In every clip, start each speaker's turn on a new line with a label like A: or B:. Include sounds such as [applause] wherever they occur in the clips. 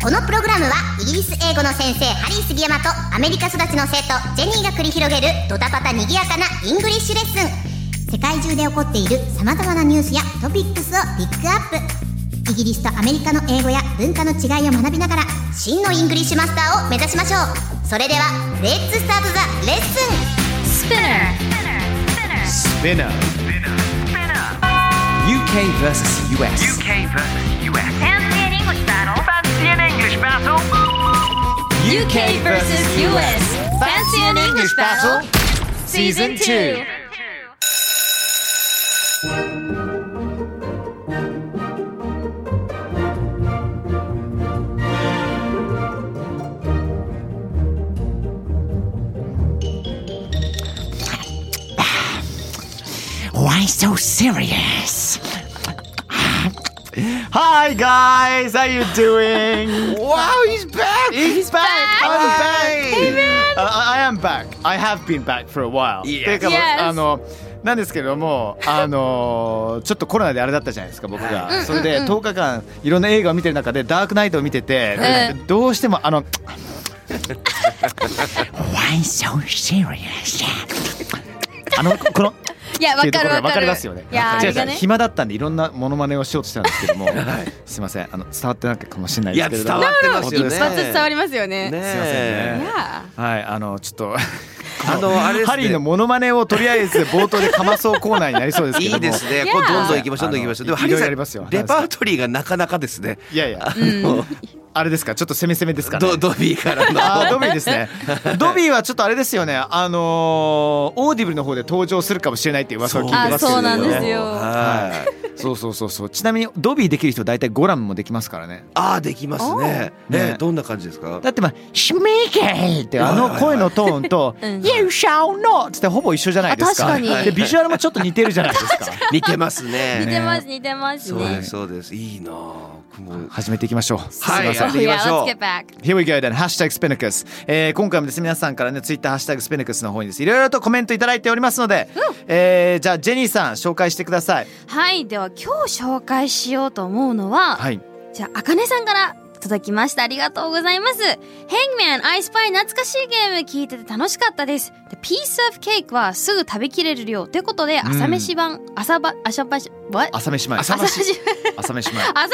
A: このプログラムはイギリス英語の先生ハリー杉山とアメリカ育ちの生徒ジェニーが繰り広げるドタパタにぎやかなイングリッシュレッスン世界中で起こっている様々なニュースやトピックスをピックアップイギリスとアメリカの英語や文化の違いを学びながら真のイングリッシュマスターを目指しましょうそれではレッツスタートザレッスン
B: Spinner. UK versus US.
C: UK versus US. Fancy an English battle. Fancy an English battle. Fancy an English
B: UK versus US.
C: battle.
B: Season 2. はい、guys! How you doing?
D: Wow, he's back!
B: He's back! I'm back!
D: Hey, man.
B: Uh, I am back. I have been back for a while.
D: Yes.
B: ていうか
E: Yes.
B: あのなんですけ
D: [laughs]
B: ども、あのちょっとコロナであれだったじゃないですか、僕が。それで10日間、いろんな映画を見てる中で、ダークナイトを見てて、どうしても、あの、 [laughs]
D: Why so serious?
B: あの、この、
E: いや、
B: ってい
E: わ
B: うとこ
E: かる
B: ろが
E: わ
B: 分
E: か
B: かり
E: る。
B: ますよね。
E: いや、あ
B: 違
E: れ
B: う違
E: が
B: う
E: ね。
B: 暇だったんでいろんなモノマネをしようとしたんですけども、すいませんあの伝わってないかもしれないですけれども
D: いや伝わってますよね
B: 本当です
E: 一
B: か
E: 発伝わりますよね。
D: ね
B: すいません
E: い
B: ね
D: え。
E: や
B: はいあのちょっと
D: あのあれです
B: ハ
D: ね
B: リーのモノマネをとりあえず冒頭でかまそうコーナーになりそうですけ
D: い
B: ども
D: いですね。
E: Yeah.
D: これどんどん行きましょう。どんどん行きましょう。でもハリー
B: いろいろ
D: さ
B: ありますよ
D: ん、レパートリーがなかなかですね。
B: いやいや
D: あの
B: あれですかちょっと攻め攻めですかね
D: ドドビーからの。
B: あードビーですねドビーはちょっとあれですよねあのーオーディブルの方で登場するかもしれないっていう噂を聞いてますけれども
E: あそうなんですよ
D: は。
B: はいいそうそうそうそうちなみにドビーできる人大体ゴラムもできますからね
D: ああできますね。
B: おー
D: ね
B: ね
D: どんな感じですか。
B: だってまあ「シュメーケー」ってあの声のトーン
E: [laughs]
B: と「You shall not」ってほぼ一緒じゃないですか
E: あ確かに
B: でビジュアルもちょっと似てるじゃないですか
E: [laughs]
D: 似てます
E: ー。似
D: ね。
E: てます、似てます
D: そう
E: ね
D: で。すそうです。いいなあ。僕も
B: 始めていきましょう
D: はい
B: す
D: や
B: ません
D: っていきましょう
E: Yeah, let's get back.
B: Here we go then, hashtag spinnakus、えー今回もですね皆さんからねツイッターハッシュタグスピナクスの方にですいろいろとコメントいただいておりますので、えーじゃあジェニーさん紹介してください
E: はい、では今日紹介しようと思うのは、
B: い
E: じゃあ、あかねさんから届きました。ありがとうございます。Hangman, I Spy 懐かしいゲーム聞いてて楽しかったです。で Piece of Cake はすぐ食べきれる量ということで、朝飯版、朝ば、朝ば、what？
B: 朝飯前
D: 朝飯
E: 朝飯
B: 朝飯
E: [laughs]
B: 前
E: 朝飯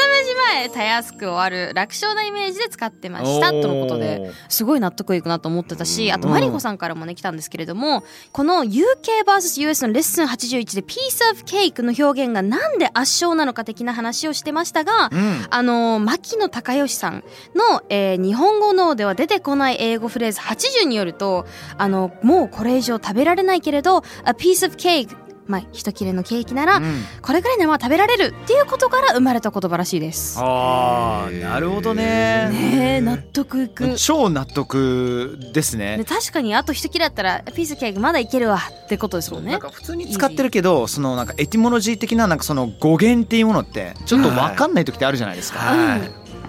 E: 前たやすく終わる楽勝なイメージで使ってましたとのことですごい納得いくなと思ってたしあとマリコさんからもね来たんですけれどもこの UKVSUS のレッスン81で「Piece of Cake」の表現がなんで圧勝なのか的な話をしてましたが、
B: うん
E: あのー牧野隆義さんの、えー日本語脳では出てこない英語フレーズ80によるとあのもうこれ以上食べられないけれど「A piece of cake」まあ一切れのケーキなら、
B: うん
E: これぐらいのまま食べられるっていうことから生まれた言葉らしいです。
B: ああなるほどね
E: ねえ納得いく。
B: 超納得ですね
E: で確かにあと一切れだったらピースケーキまだいけるわってことですもん
B: な
E: ね
B: ん。か普通に使ってるけどそのなんかエティモロジー的ななんかその語源っていうものってちょっと分かんない時ってあるじゃないですか、
D: は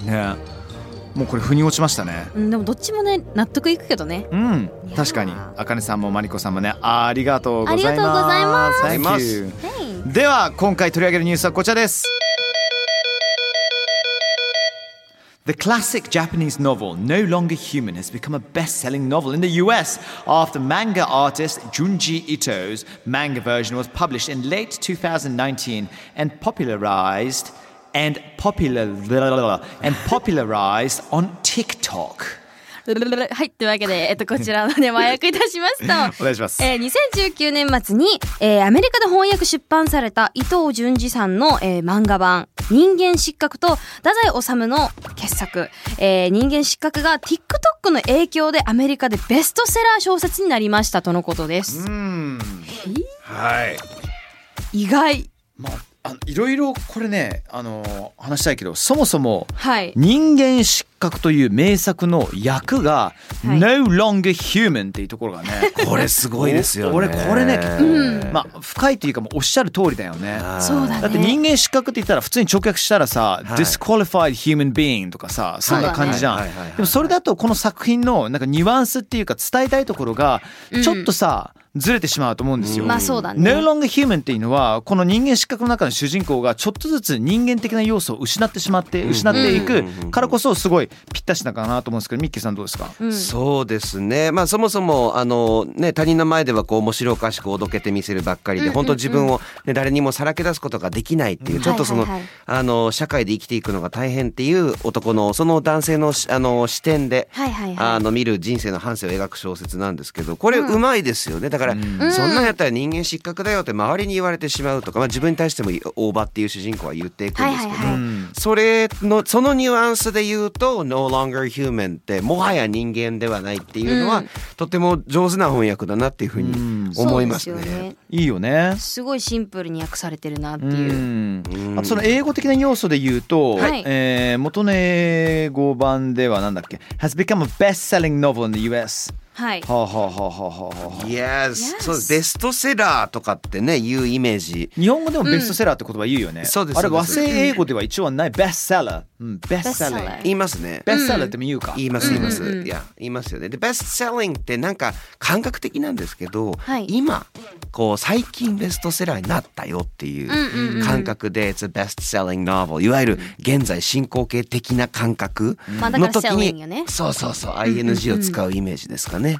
D: い。
B: ねもうこれ腑に落ちましたね
E: うんでもどっちもね納得いくけどね。
B: うん確かにあかねさんもまりこさんもねありがとうございます
E: ありがとうございます
B: Thank you では今回取り上げるニュースはこちらです The classic Japanese novel No Longer Human has become a best-selling novel in the US after manga artist Junji Ito's manga version was published in late 2019 and popularized and popular and popularized on TikTok.
E: はいというわけで、えっと、こちらの
B: [laughs]
E: ね和訳いたしますと
B: お願いします
E: えー2019年末に、えーアメリカで翻訳出版された伊藤潤二さんの、えー漫画版「人間失格」と太宰治の傑作「えー人間失格」が TikTok の影響でアメリカでベストセラー小説になりましたとのことです。
D: はい。
E: 意外
B: まあ、あのいろいろこれね、あの話したいけどそもそも
E: はい
B: 人間失覚という名作の役が、
E: はい
B: No longer human っていうところ
E: [laughs]
B: がね
D: これすごいですよね。
B: 俺これね結構、
E: うん
B: まあ、深いというかもうおっしゃる通りだよね。
D: あー
E: そうだね
B: だって人間失格って言ったら普通に直訳したら
D: は
B: さ、
D: い
B: disqualified human being とかさそんな感じじゃん、
D: はいはいはいはい
B: でもそれだとこの作品のなんかニュアンスっていうか伝えたいところが
E: うん
B: ちょっとさ、ずれてしまうと思うんですよ、
E: まあそうだ
B: No
E: ね。
B: longer human っていうのはこの人間失格の中の主人公がちょっとずつ人間的な要素を失ってしまって失っていくからこそすごいぴったしなのかなと思うんですけどミッキーさんどうですか
E: うん
D: そうですね、まあ、そもそもあの、ね、他人の前ではこう面白おかしくおどけてみせるばっかりで、
E: うんうんう
D: 本
E: ん
D: 当自分を、ね、誰にもさらけ出すことができないっていう、ちょっとその,、
E: はいはいはい
D: あの社会で生きていくのが大変っていう男のその男性のしあの視点で、
E: はいはい
D: あ
E: は
D: の見る人生の半生を描く小説なんですけどこれうまいですよねだから、
B: うん
D: そんなんやったら人間失格だよって周りに言われてしまうとか、まあ、自分に対しても大場っていう主人公は言っていくんですけど、
E: はいはいはい
B: うん
D: それのそのニュアンスで言うと「No longer human」ってもはや人間ではないっていうのは、
E: うん
D: とても上手な翻訳だなっていうふうに
B: ん
E: い。
D: 思います
E: そう
D: ね。
E: ですよね。
B: いいよね
E: すごいシンプルに訳されてるなって
B: う
E: いう。
B: ん
D: うん
B: あとその英語的な要素で言うと、
E: はい
B: えー元の英語版ではなんだっけ Has become a best-selling novel in the US
E: はい。
B: はあはあはあはあはあはあ
D: Yes.
E: Yes
D: そうですベストセラーとかってねいうイメージ
B: 日本語でもベストセラーって言葉言うよね、
D: んそうです
B: あれ
D: そう
B: 和
D: です
B: 製英語では一応はないベストセラー、うん、ベストセラー
E: bestseller
D: 言いますね。
B: ベストセラーっても言うか、
D: 言います
E: うん
D: 言います、
E: うんうん
D: いや言いますよねでベストセラーってなんか感覚的なんですけど、
E: はい
D: 今こう最近ベストセラーになったよって
E: うんうんう
D: い
E: ん
D: う感覚で、It's a best selling novel いわゆる現在進行形的な感覚
E: まあだから
D: の時
E: selling
D: に、
E: よね
D: そうそうそう ing を使うイメージですかね、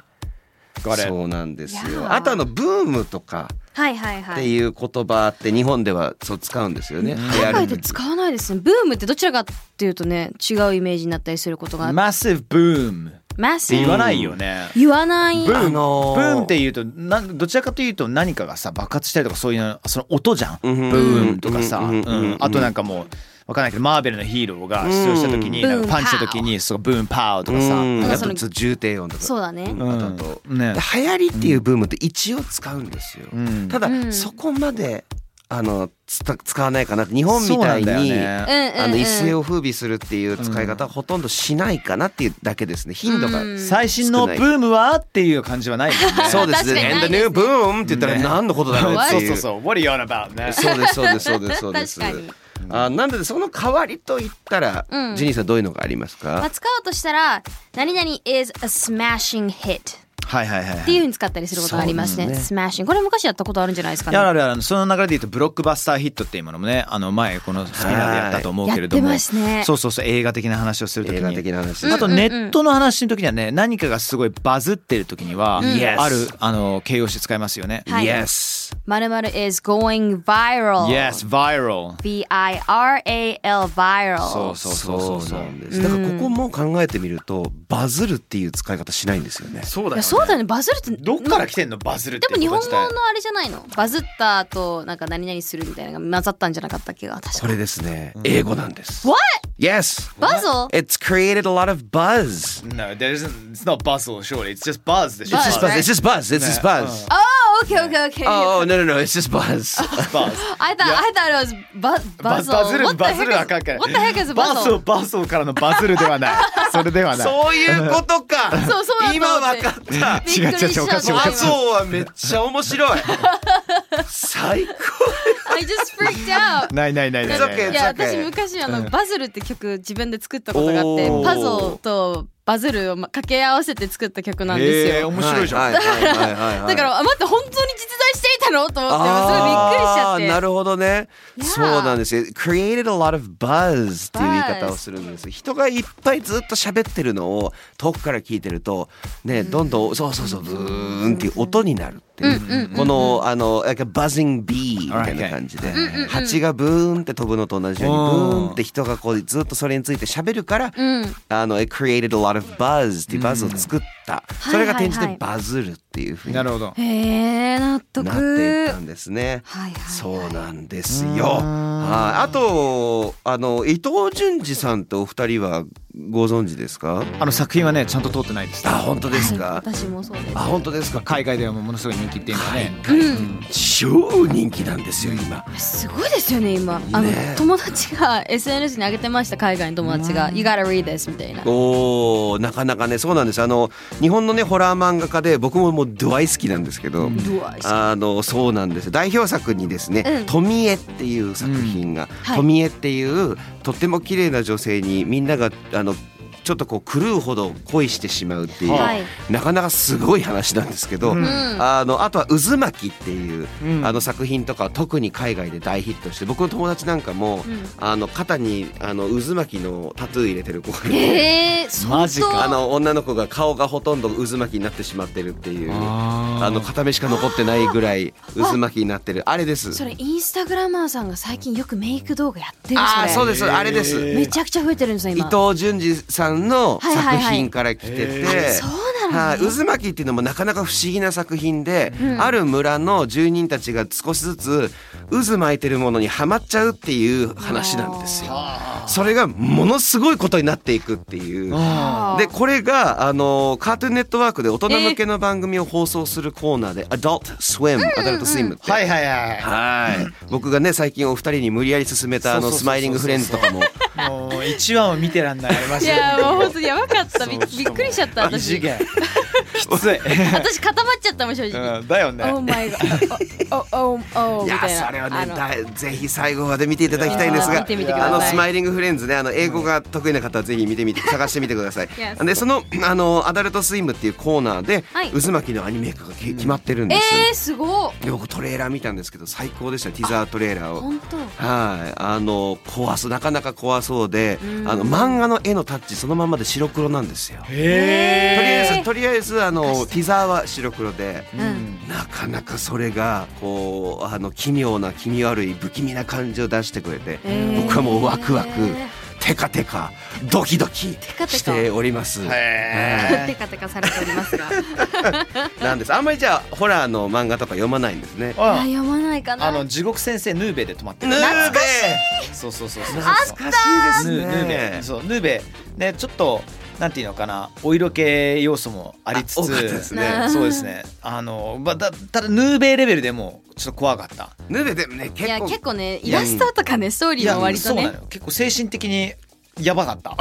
B: Got it
D: そうなんです
E: いや
D: よ
E: ー
D: あとあのブームとか
E: はいはい
D: っ
E: は
D: て
E: い。
D: いう言葉って日本ではそう使うんですよね、流行
E: 海
D: る
E: 外で使わないですね。ブームってどちらかっていうとね、違うイメージになったりすることがあって。
B: マッシブームって
E: マス
B: 言わないよね、
E: 言わない。
B: ブーム、
D: あのー
B: ブームっていうとなんどちらかというと何かがさ爆発したりとかそういうのその音じゃん、
D: うんうん
B: ブームとかさ、
D: うんうんうん
B: うんあとなんかもうわかんないけどマーベルのヒーローが出場した時に、
E: うん
B: なんかパンチした時にそうブームパウとかさ、
D: うん
E: なんか
D: あ
E: その
D: とつ重低音とか
E: そうだね。
B: うん
D: あとあと、
B: ね
D: で流行りっていうブームって一応使うんですよ、
B: ん
D: ただ、
E: うん
D: そこまであのつた使わないかなって日本みたい
B: そうなん
D: に、
B: だよね
E: うんうんうん。
D: あの一世を風靡するっていう使い方はほとんどしないかなっていうだけですね頻度が、
E: うん
B: 最新のブームはっていう感じはないもんね
D: そうですね
E: 確かに
D: And the new boom って言ったら
B: ね
D: 何のことだろうって
B: そう
D: い
B: そううそう What are you on about ね
D: そうですそうですそうですそうです
E: 確かに
D: あなんでその代わりと言ったら、
E: うん
D: ジェニーさんどういうのがありますか、
E: まあ、使うとしたら何々 is a smashing hit
B: はいはいはい
E: っていうふうに使ったりすることがありますね。smashing これ昔やったことあるんじゃないですか
B: いやあ
E: ね。
B: るあるその流れで言うとブロックバスターヒットっていうものもねあの前このスピナーでやったと思うけれども、
E: はいやってますね
B: そうそうそう映画的な話をするときに
D: 映画的な話です
B: あとネットの話の時にはね何かがすごいバズってる時には、
D: Yes
B: あるあの形容詞使いますよね、
E: はい
D: Yes
E: まるまる is going viral。
B: Yes viral
E: B I R A L viral。
B: そうそうそうそうそう
D: なんですだからここも考えてみるとバズるっていう使い方しないんですよね
B: そう
E: いやそうだよねバズるって
B: どっから来てんのバズるって
E: でも日本語の
B: の
E: あれじゃないのバズった後なんか何々するみたいなのが混ざったんじゃなかったっけ私
D: これですね、英語なんです。
E: What?
D: Yes!
E: バズを
D: It's created a lot of buzz!
B: No, there isn't, it's not bustle, surely. It's just buzz. It's
E: Buzz,
D: It's just buzz! It's just buzz! It's just buzz!
E: Oh okay okay okay
D: Oh, oh, no, no, no, it's just buzz!
B: buzz.
E: I thought I thought it was bu-
B: バ
E: buzzle
B: ズバズる
E: What the
B: バズ
E: heck
B: る
E: is-
B: はあかんから
E: What the heck [gasps] is a
B: バズ
E: buzzle?
B: バズからのバズるでは
E: [laughs]
B: ないそれではな
D: [laughs]
B: い
D: そういうことか
E: そうそうだと思って
D: 今わかった
E: びっくりしちゃ
B: 違う違う違うおかしいおか
D: バ
B: し
D: ズ
B: い
D: はめっちゃ面白い [laughs] 最高
E: I just freaked
B: [laughs]
E: out
B: ないないないないない
D: It's
E: い
D: okay.
E: や私昔あのバズるって曲自分で作ったことがあって
D: おー
E: パゾーとバズるを掛け合わせて作った曲なんです
B: えー
E: よ
B: 面白いじゃん、
D: はいはいはいはいはい
E: だからあ待って本当に実在していたのと思ってすごいびっくりしちゃっ
D: あー
E: て
D: なるほどね。
E: Yeah
D: そうなんですよ。created a lot of buzz っていう言い方をするんです。人がいっぱいずっと喋ってるのを遠くから聞いてると、ね、どんどんそうそうそうブーンっていう音になるっていう。このあのなんか buzzing bee みたいな感じで、蜂がブーンって飛ぶのと同じように
B: うん
D: ブーンって人がこうずっとそれについて喋るから、
E: うん
D: あの it created a lot of buzz っていうバズを作った。
E: うん
D: それが転じ
E: はいは
D: て
E: い
D: バズるっていうふうに
B: な
D: な
B: るほど
E: へえ納得
D: っていったんですね。
E: はいはい
D: そうなんですよ。はい、あと、あの伊藤淳二さんとお二人はご存知ですか
B: あの作品はねちゃんと通ってないです
D: あ本当ですか
E: 私もそうです
D: あ本当ですか
B: 海外ではもうものすごい人気っていうかね、
D: 超人気なんですよ今
E: すごいですよね今あの
D: ね
E: 友達が SNS に上げてました海外の友達が「You gotta read this」みたいな
D: おーなかなかねそうなんですあの日本のねホラー漫画家で僕ももうドワイ好きなんですけど、
E: うわ
D: あのそうなんです代表作にですね
E: う
D: 「
E: ん
D: 富江」っていう作品が
E: はい
D: 富江っていうとっても綺麗な女性にみんながあのちょっとこう狂うほど恋してしまうっていう、
E: はい
D: なかなかすごい話なんですけど、
B: うん
D: あのあとは「渦巻き」っていう、
B: うん
D: あの作品とかは特に海外で大ヒットして僕の友達なんかも、
E: うん
D: あの肩にあの渦巻きのタトゥー入れてる子がいて
E: えー、相当
B: マジか
D: あの女の子が顔がほとんど渦巻きになってしまってるっていう
B: あー
D: あの片目しか残ってないぐらい渦巻きになってるあれです
E: それインスタグラマーさんが最近よくメイク動画やってる
D: ああ
E: そ
D: そう
E: れ
D: ですあれです、
B: へー
E: めちゃくちゃ増えてるんですよ
D: 伊
E: 今
D: 藤潤二さんの
E: はいはいはい
D: 作品から来てて、
B: へ
E: そうなのね
D: はい渦巻きっていうのもなかなか不思議な作品で、
E: うん
D: ある村の住人たちが少しずつ渦巻いてるものにはまっちゃうっていう話なんですよ。それがものすごいことになっていくっていう。
B: あ
D: でこれがあのカートゥーンネットワークで大人向けの番組を放送するコーナーで「Adult Swim」「アダルトスイム」って、
B: ーはいはいはい
D: はい僕がね最近お二人に無理やり勧めたあ
B: そ
D: の
B: うそうそうそ
D: ス
B: う
D: マイリングフレンズとかも
B: もう1話を見てらんないありま
E: い
B: すよ
E: やもう本当にやばかったびっ
B: そう
E: びっくりしちゃった
B: 異次
E: 私
B: 元きつい、
E: 私固まっちゃったもん正直
B: うん、だよ
E: 「オー
B: ね
E: マイガー」お「おおおお」
D: い
E: み
D: や
E: たいな
D: それはね
E: あの
D: だいぜひ最後まで見ていただきたいんです
E: い
D: が
E: や見てみてくだ
D: あ
E: さい
D: のスマイリングフレンズねあの英語が得意な方はぜひ見てみて探してみてください
E: Yes
D: でそのあのアダルトスイムっていうコーナーで
E: はい
D: 渦巻きのアニメ化がけ決まってるんですよ
E: えー、すごっ
D: で僕トレーラー見たんですけど最高でしたティザートレーラーを
E: 本当
D: はい、あの怖そうなかなか怖そうで、
E: うん
D: あの漫画の絵のタッチそのままで白黒なんですよ。とりあえずとりあえずあのティザーは白黒で、
E: うん
D: なかなかそれがこうあの奇妙な気味悪い不気味な感じを出してくれて、
E: えー
D: 僕はもうワクワクテカテカドキドキ
E: カテカ
D: しております。
E: テカテカされておりますが
D: なんです。あんまりじゃあホラーの漫画とか読まないんですね。
E: あ
B: あ
E: 読まないかな
B: あの地獄先生ヌーベで泊まってる
D: ヌーベ
B: そうそうそうそう
D: 懐かしいです
B: ヌ
D: ね。
B: ーヌーベそうヌーベねちょっとなんていうのかなお色気要素もありつ
D: あ多かった
B: つ
D: ですね
B: そうですねあの、まあ、だただヌーベレベルでもちょっと怖かった
D: ヌーベでもね
E: い
D: 結
E: や
D: 構
E: 結構ねイラストとかねストーリーは割と
B: そうなの
E: ね
B: よ結構精神的にやばかった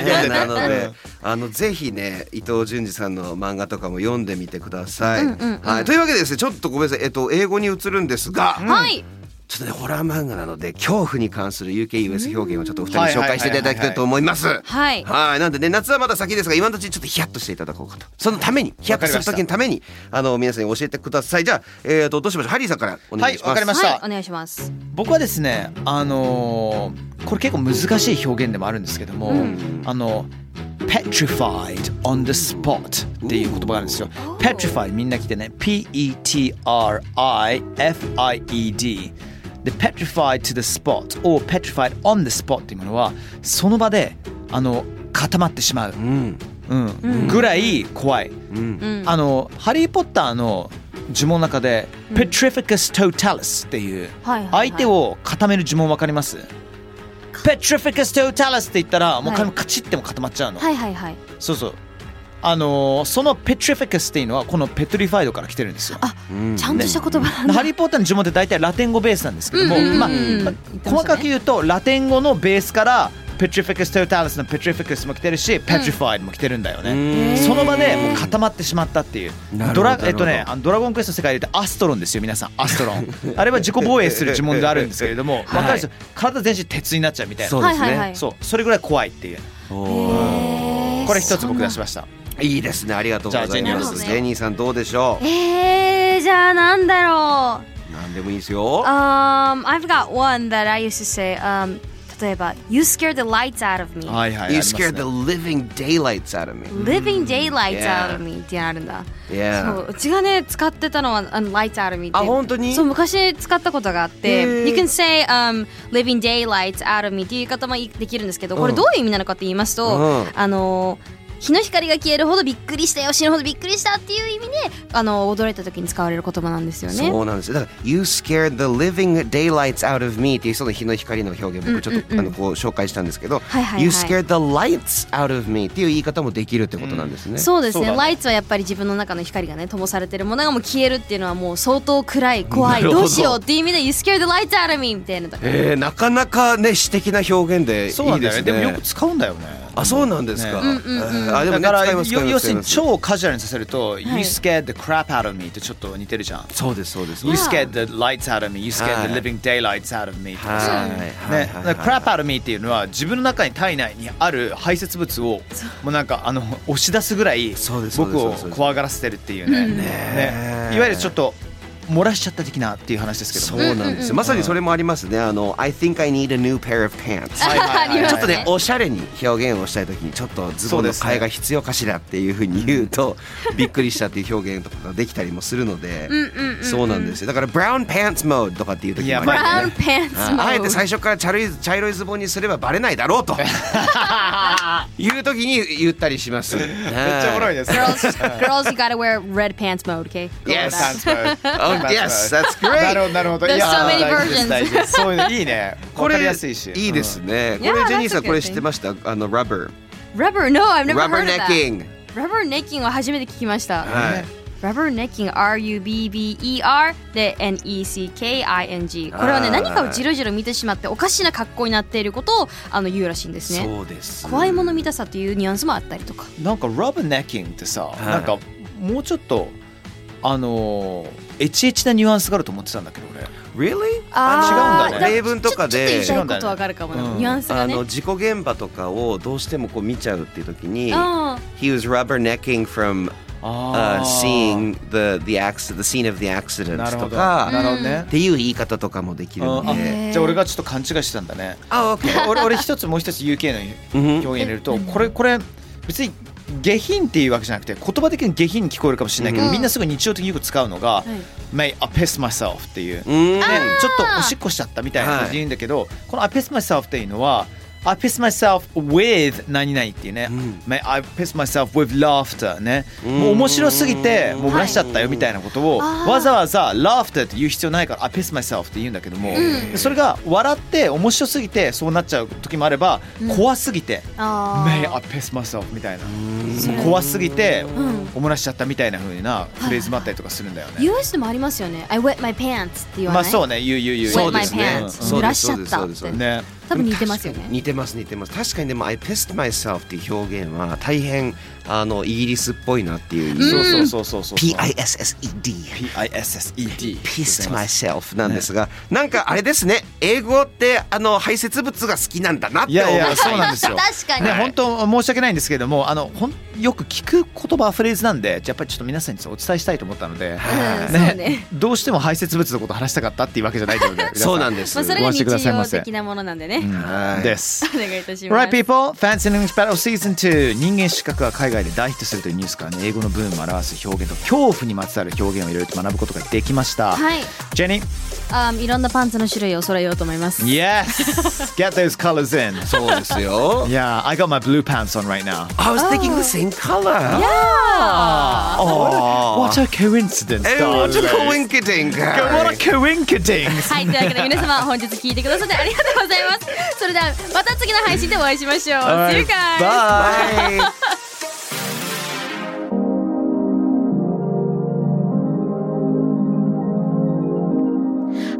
D: ねなの
B: う
D: で
B: ん、
D: あのぜひね伊藤潤二さんの漫画とかも読んでみてください。
E: うんうんうん
D: はいというわけでですねちょっとごめんなさいえっと英語に移るんですが、
E: はい
D: ちょっとねホラー漫画なので恐怖に関する UKUS 表現をちょっとお二人
B: うん
D: に紹介していただきたいと思います。
E: はい
D: はいなんでね夏はまだ先ですが今のうちにちょっとヒヤッとしていただこうかとそのためにヒヤッとする時のためにあの皆さんに教えてくださいじゃあ、えー、とどうしましょうハリーさんからお願いします。
B: はいわかりまし
E: は
B: た
E: いお願いします
B: 僕はですねあのーこれ結構難しい表現でもあるんですけども、あの petrified on the spot っていう言葉があるんですよ petrified みんな来てね p-e-t-r-i-f-i-e-d で petrified to the spot or petrified on the spot っていうものはその場であの固まってしまう、
D: うん
B: うんぐらい怖い、
D: うん
E: うん
B: あのハリー・ポッターの呪文の中で、petrificus totalis っていう
E: はいはいはい
B: 相手を固める呪文わかります、petrificus totalis って言ったらもう
E: はい
B: カチッても固まっちゃうの、
E: はいはいはい
B: そうそうあのーその petrificus っていうのはこの petrified から来てるんですよ
E: ちゃんとした言葉なんだ
B: ハリー・ポッターの呪文って大体ラテン語ベースなんですけども、
E: うんうんうん
B: まあ
E: うん
B: まあ
E: 言ってましたね
B: 細かく言うとラテン語のベースからペトリフィクス・トヨタリスのペトリフィクスも来てるし、ペトリファイドも来てるんだよ
D: う
B: ね
D: ん
B: その場でもう固まってしまったっていう
D: なるほど
B: ドラ
D: なるほど
B: えっとねあのドラゴンクエストの世界で言うとアストロンですよ皆さんアストロ
D: [laughs]
B: ンあれは自己防衛する呪文であるんですけれども、わかるんですよ体全身鉄になっちゃうみたいな
D: そうですね、
E: はいはいはい
B: そうそれぐらい怖いっていう
E: へー
B: これ一つ僕出しました
D: いいですねありがとうございます
B: じゃあジェニー
D: ジェ
B: さん
D: ニー,、さんどうでしょ
E: えー、じゃあなんだろう
D: う何でもいいですよ
E: Um, I've got one that I used to say. Um, 例えば、You scared the lights out of me.
B: はいはい
D: You
B: ありますね
D: scared the living daylights out of me.
E: Living daylights
D: Yeah.
E: out of me ってあるんだ。
D: Yeah.
E: そううちがね使ってたのはあの lights out of me っていう
D: あ本当に
E: そう昔使ったことがあって
D: へー
E: You can say、um, living daylights out of me っていう言い方もできるんですけどこれどういう意味なのかって言いますと、
D: うん
E: あのー日の光が消えるほどびっくりしたよ死ぬほどびっくりしたっていう意味であの驚いた時に使われる言葉なんですよね
D: そうなんですよだから「You scared the living daylights out of me」っていうその日の光の表現僕ちょっと、あのこう紹介したんですけど
E: はいはいはい
D: You scared the lights out of me」っていう言い方もできるってことなんですね、
E: そうです
B: そ
E: ね
B: うだね
E: ライツはやっぱり自分の中の光がね灯されてるものがもう消えるっていうのはもう相当暗い怖い
B: なるほど
E: どうしようっていう意味で「You scared the lights out of me」みたいなとか
D: えーなかなかね詩的な表現でいいです
B: そうなんだよね
D: ね
B: でもよく使うんだよね
D: あそうなんですか、
B: ね
D: えーあでもね
B: だから
D: 使います
B: よ
D: 使います
B: 要す
D: 使い
B: るに
D: ます
B: 超カジュアルにさせると、You scared the crap out of me ってちょっと似てるじゃん
D: そうですそうです
B: You scared the lights out of me You scared
D: は
B: the
D: い
B: living daylights out of me とか
D: は
B: さ
D: い
B: ね、だから
D: ッ
B: crap out of me っていうのは自分の中に体内にある排泄物をもうなんかあの押し出すぐらい
D: そうですそうです
B: 僕
D: そう
B: を
D: ですそうです
B: 怖がらせてるっていうね
D: え
B: ねいわゆるちょっと漏らしちゃった的なっていう話ですけど
D: そ
B: もね
D: うなんですよまさにそれもありますねあの「I think I need a new pair of pants」
B: はいはいはい
D: [laughs]
E: ありま
D: ち
E: す
D: ょっと
E: は
D: ね
E: い
D: おしゃれに表現をしたい時にちょっとズボンの替えが必要かしらっていうふうに言うとびっくりしたっていう表現とかができたりもするのでそうなんですよだから「ブラウンパンツモード」とかっていう時もあり
B: いやま
D: ま
E: 「
D: す
E: Brown
D: ね
E: pants
D: あ
E: mode
D: あえて最初から茶色い茶色いズボンにすればバレないだろうという時に言ったりします。めっち
B: めっちゃおもろいですね
E: girls, girls, you gotta wear red pants mode, okay? Go
D: Yes.
E: with that.
D: Oh, yes, that's great.
B: [laughs] なるほどなるほど。
E: There's
B: いや
E: so many
B: 大事です
E: versions.
B: 大事ですそういうのい
D: [laughs]
B: いね。わかりやすいし。
D: いいですね。
E: うん
D: こ
E: Yeah,
D: れジェニーさ
E: that's a
D: ん
E: good
D: これ知ってました？あのラバー、
E: Rubber, no, I've never
D: ラバ
E: heard
D: ー
E: of
D: ネ
E: that.
D: ッキング。
E: Rubber necking は初めて聞きました。
D: はい
E: Rubber necking, R U B B E R で N E C K I N G。これはね
D: はい
E: 何かをじろじろ見てしまっておかしな格好になっていることをあの言うらしいんですね。
D: うです
E: 怖いもの見たさというニュアンスもあったりとか。
B: うん。なんかラブネッキングってさ、
D: い
B: なんかもうちょっとあのーエチエチなニュアンスがあると思ってたんだけど俺。
D: Really？
B: あー違うんだね
D: 例文とかで
E: ちょっと言いたいことわかるかもね。
B: うん
E: ニュアンスが
D: あ
E: ね。
D: の事故現場とかをどうしてもこう見ちゃうっていう時に、
E: あ
D: He was rubbernecking from、uh,
B: あ
D: seeing the the accident, the scene of the
B: なる
D: accident
B: ほ
D: と
B: ど。な
D: か
B: るほどね
D: っ。ていう言い方とかもできる
B: あ
D: んで。
B: あじゃあ俺がちょっと勘違いしてたんだね。
D: あ、オッケー。
B: 俺俺一つもう一つ UK の
D: うん
B: 表現入れるとこれこれ別に下品っていうわけじゃなくて言葉的に下品に聞こえるかもしれないけど、
D: うん
B: みんなすごい日常的によく使うのが「May I piss myself」っていう、ね、
D: うん。
B: ちょっとおしっこしちゃったみたいな感じで言うんだけど、この「I piss myself」っていうのは「I piss myself with 何々」っていうね「
D: ん
B: May I piss myself with laughter ね」もう面白すぎてもう漏らしちゃったよみたいなことを、わざわざ「laughter」って言う必要ないから「I piss myself」って言うんだけども、それが笑って面白すぎてそうなっちゃう時もあれば、怖すぎて
E: あ。ああ
B: May I piss myself みたいな怖すぎておもらしちゃったみたいな風なフレーズもあったりとかするんだよね。
E: US でもありますよね。I wet my pants って言わない。
B: まあそう
E: う。
B: ね、言う言う言う。
E: Wet
D: そうで
E: my
D: すね
E: pants
D: そう
E: 濡
D: で
E: ら
D: す
E: しちゃった
D: そう
E: っ
D: ですそう
E: て
D: です。
B: ね。
E: 多分似てますよね。
D: 似てます似てます確かにでも「I pissed myself」っていう表現は大変あのイギリスっぽいなっていう、
B: そうそうそうそうそう。
D: PISSED
B: PISSED。
D: pissed myself なんですが、なんかあれですね英語ってあの排泄物が好きなんだなって
B: い
D: 思う
B: やいや、そうなんですよ。
E: 確かに
B: ね、本当申し訳ないんですけれども、あの、ほん、よく聞く言葉フレーズなんで、やっぱりちょっと皆さんにお伝えしたいと思ったので。
E: うんそうね。
B: どうしても排泄物のこと話したかったっていうわけじゃないので。皆さ
D: そうなんです
E: まあそれ
B: ご
E: が
B: 安
E: 日
B: 心くださいま
E: 常
B: せ
E: 的なものなんでね。
B: う
E: [laughs]
B: んです。
E: お願いいたします。
B: Right people, Fancy English Battle Season 2人間失格が海外で大ヒットするというニュースから、ね、英語のブームを表す表現と恐怖にまつわる表現をいろいろと学ぶことができました、
E: はい。
B: ジェニー
E: あいろんなパンツの種類を揃えようと思います。
B: Yes! Get those colors in!
D: そうです
E: [laughs]
D: よ
B: Yeah, I got my blue pants on right now.
D: I was thinking the same color
B: Oh, what a coincidence,
D: Eh, what a
B: darling.
D: coincidence
B: What a coincidence!
E: はい、というわけで皆様本日聞いてくださってありがとうございます。それではまた次の配信でお会いしましょう。See you guys!
D: Bye.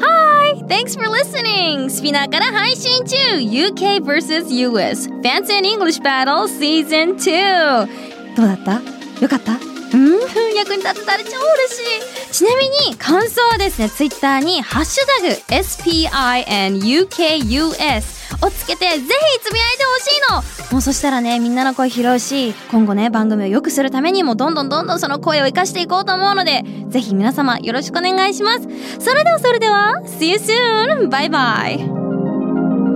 E: Hi! Thanks for listening! スピナーから配信中 !UK vs.US Fancy and English Battle Season 2! どうだったよかったうん役に立ってたら超嬉しいちなみに感想はですね、Twitter にハッシュタグ SPINUKUS をつけてぜひつぶやいてほしいのもうそしたらね、みんなの声拾うし、今後ね、番組を良くするためにもどんどんどんどんその声を活かしていこうと思うので、ぜひ皆様よろしくお願いします。それではそれでは、See you soon! バイバイ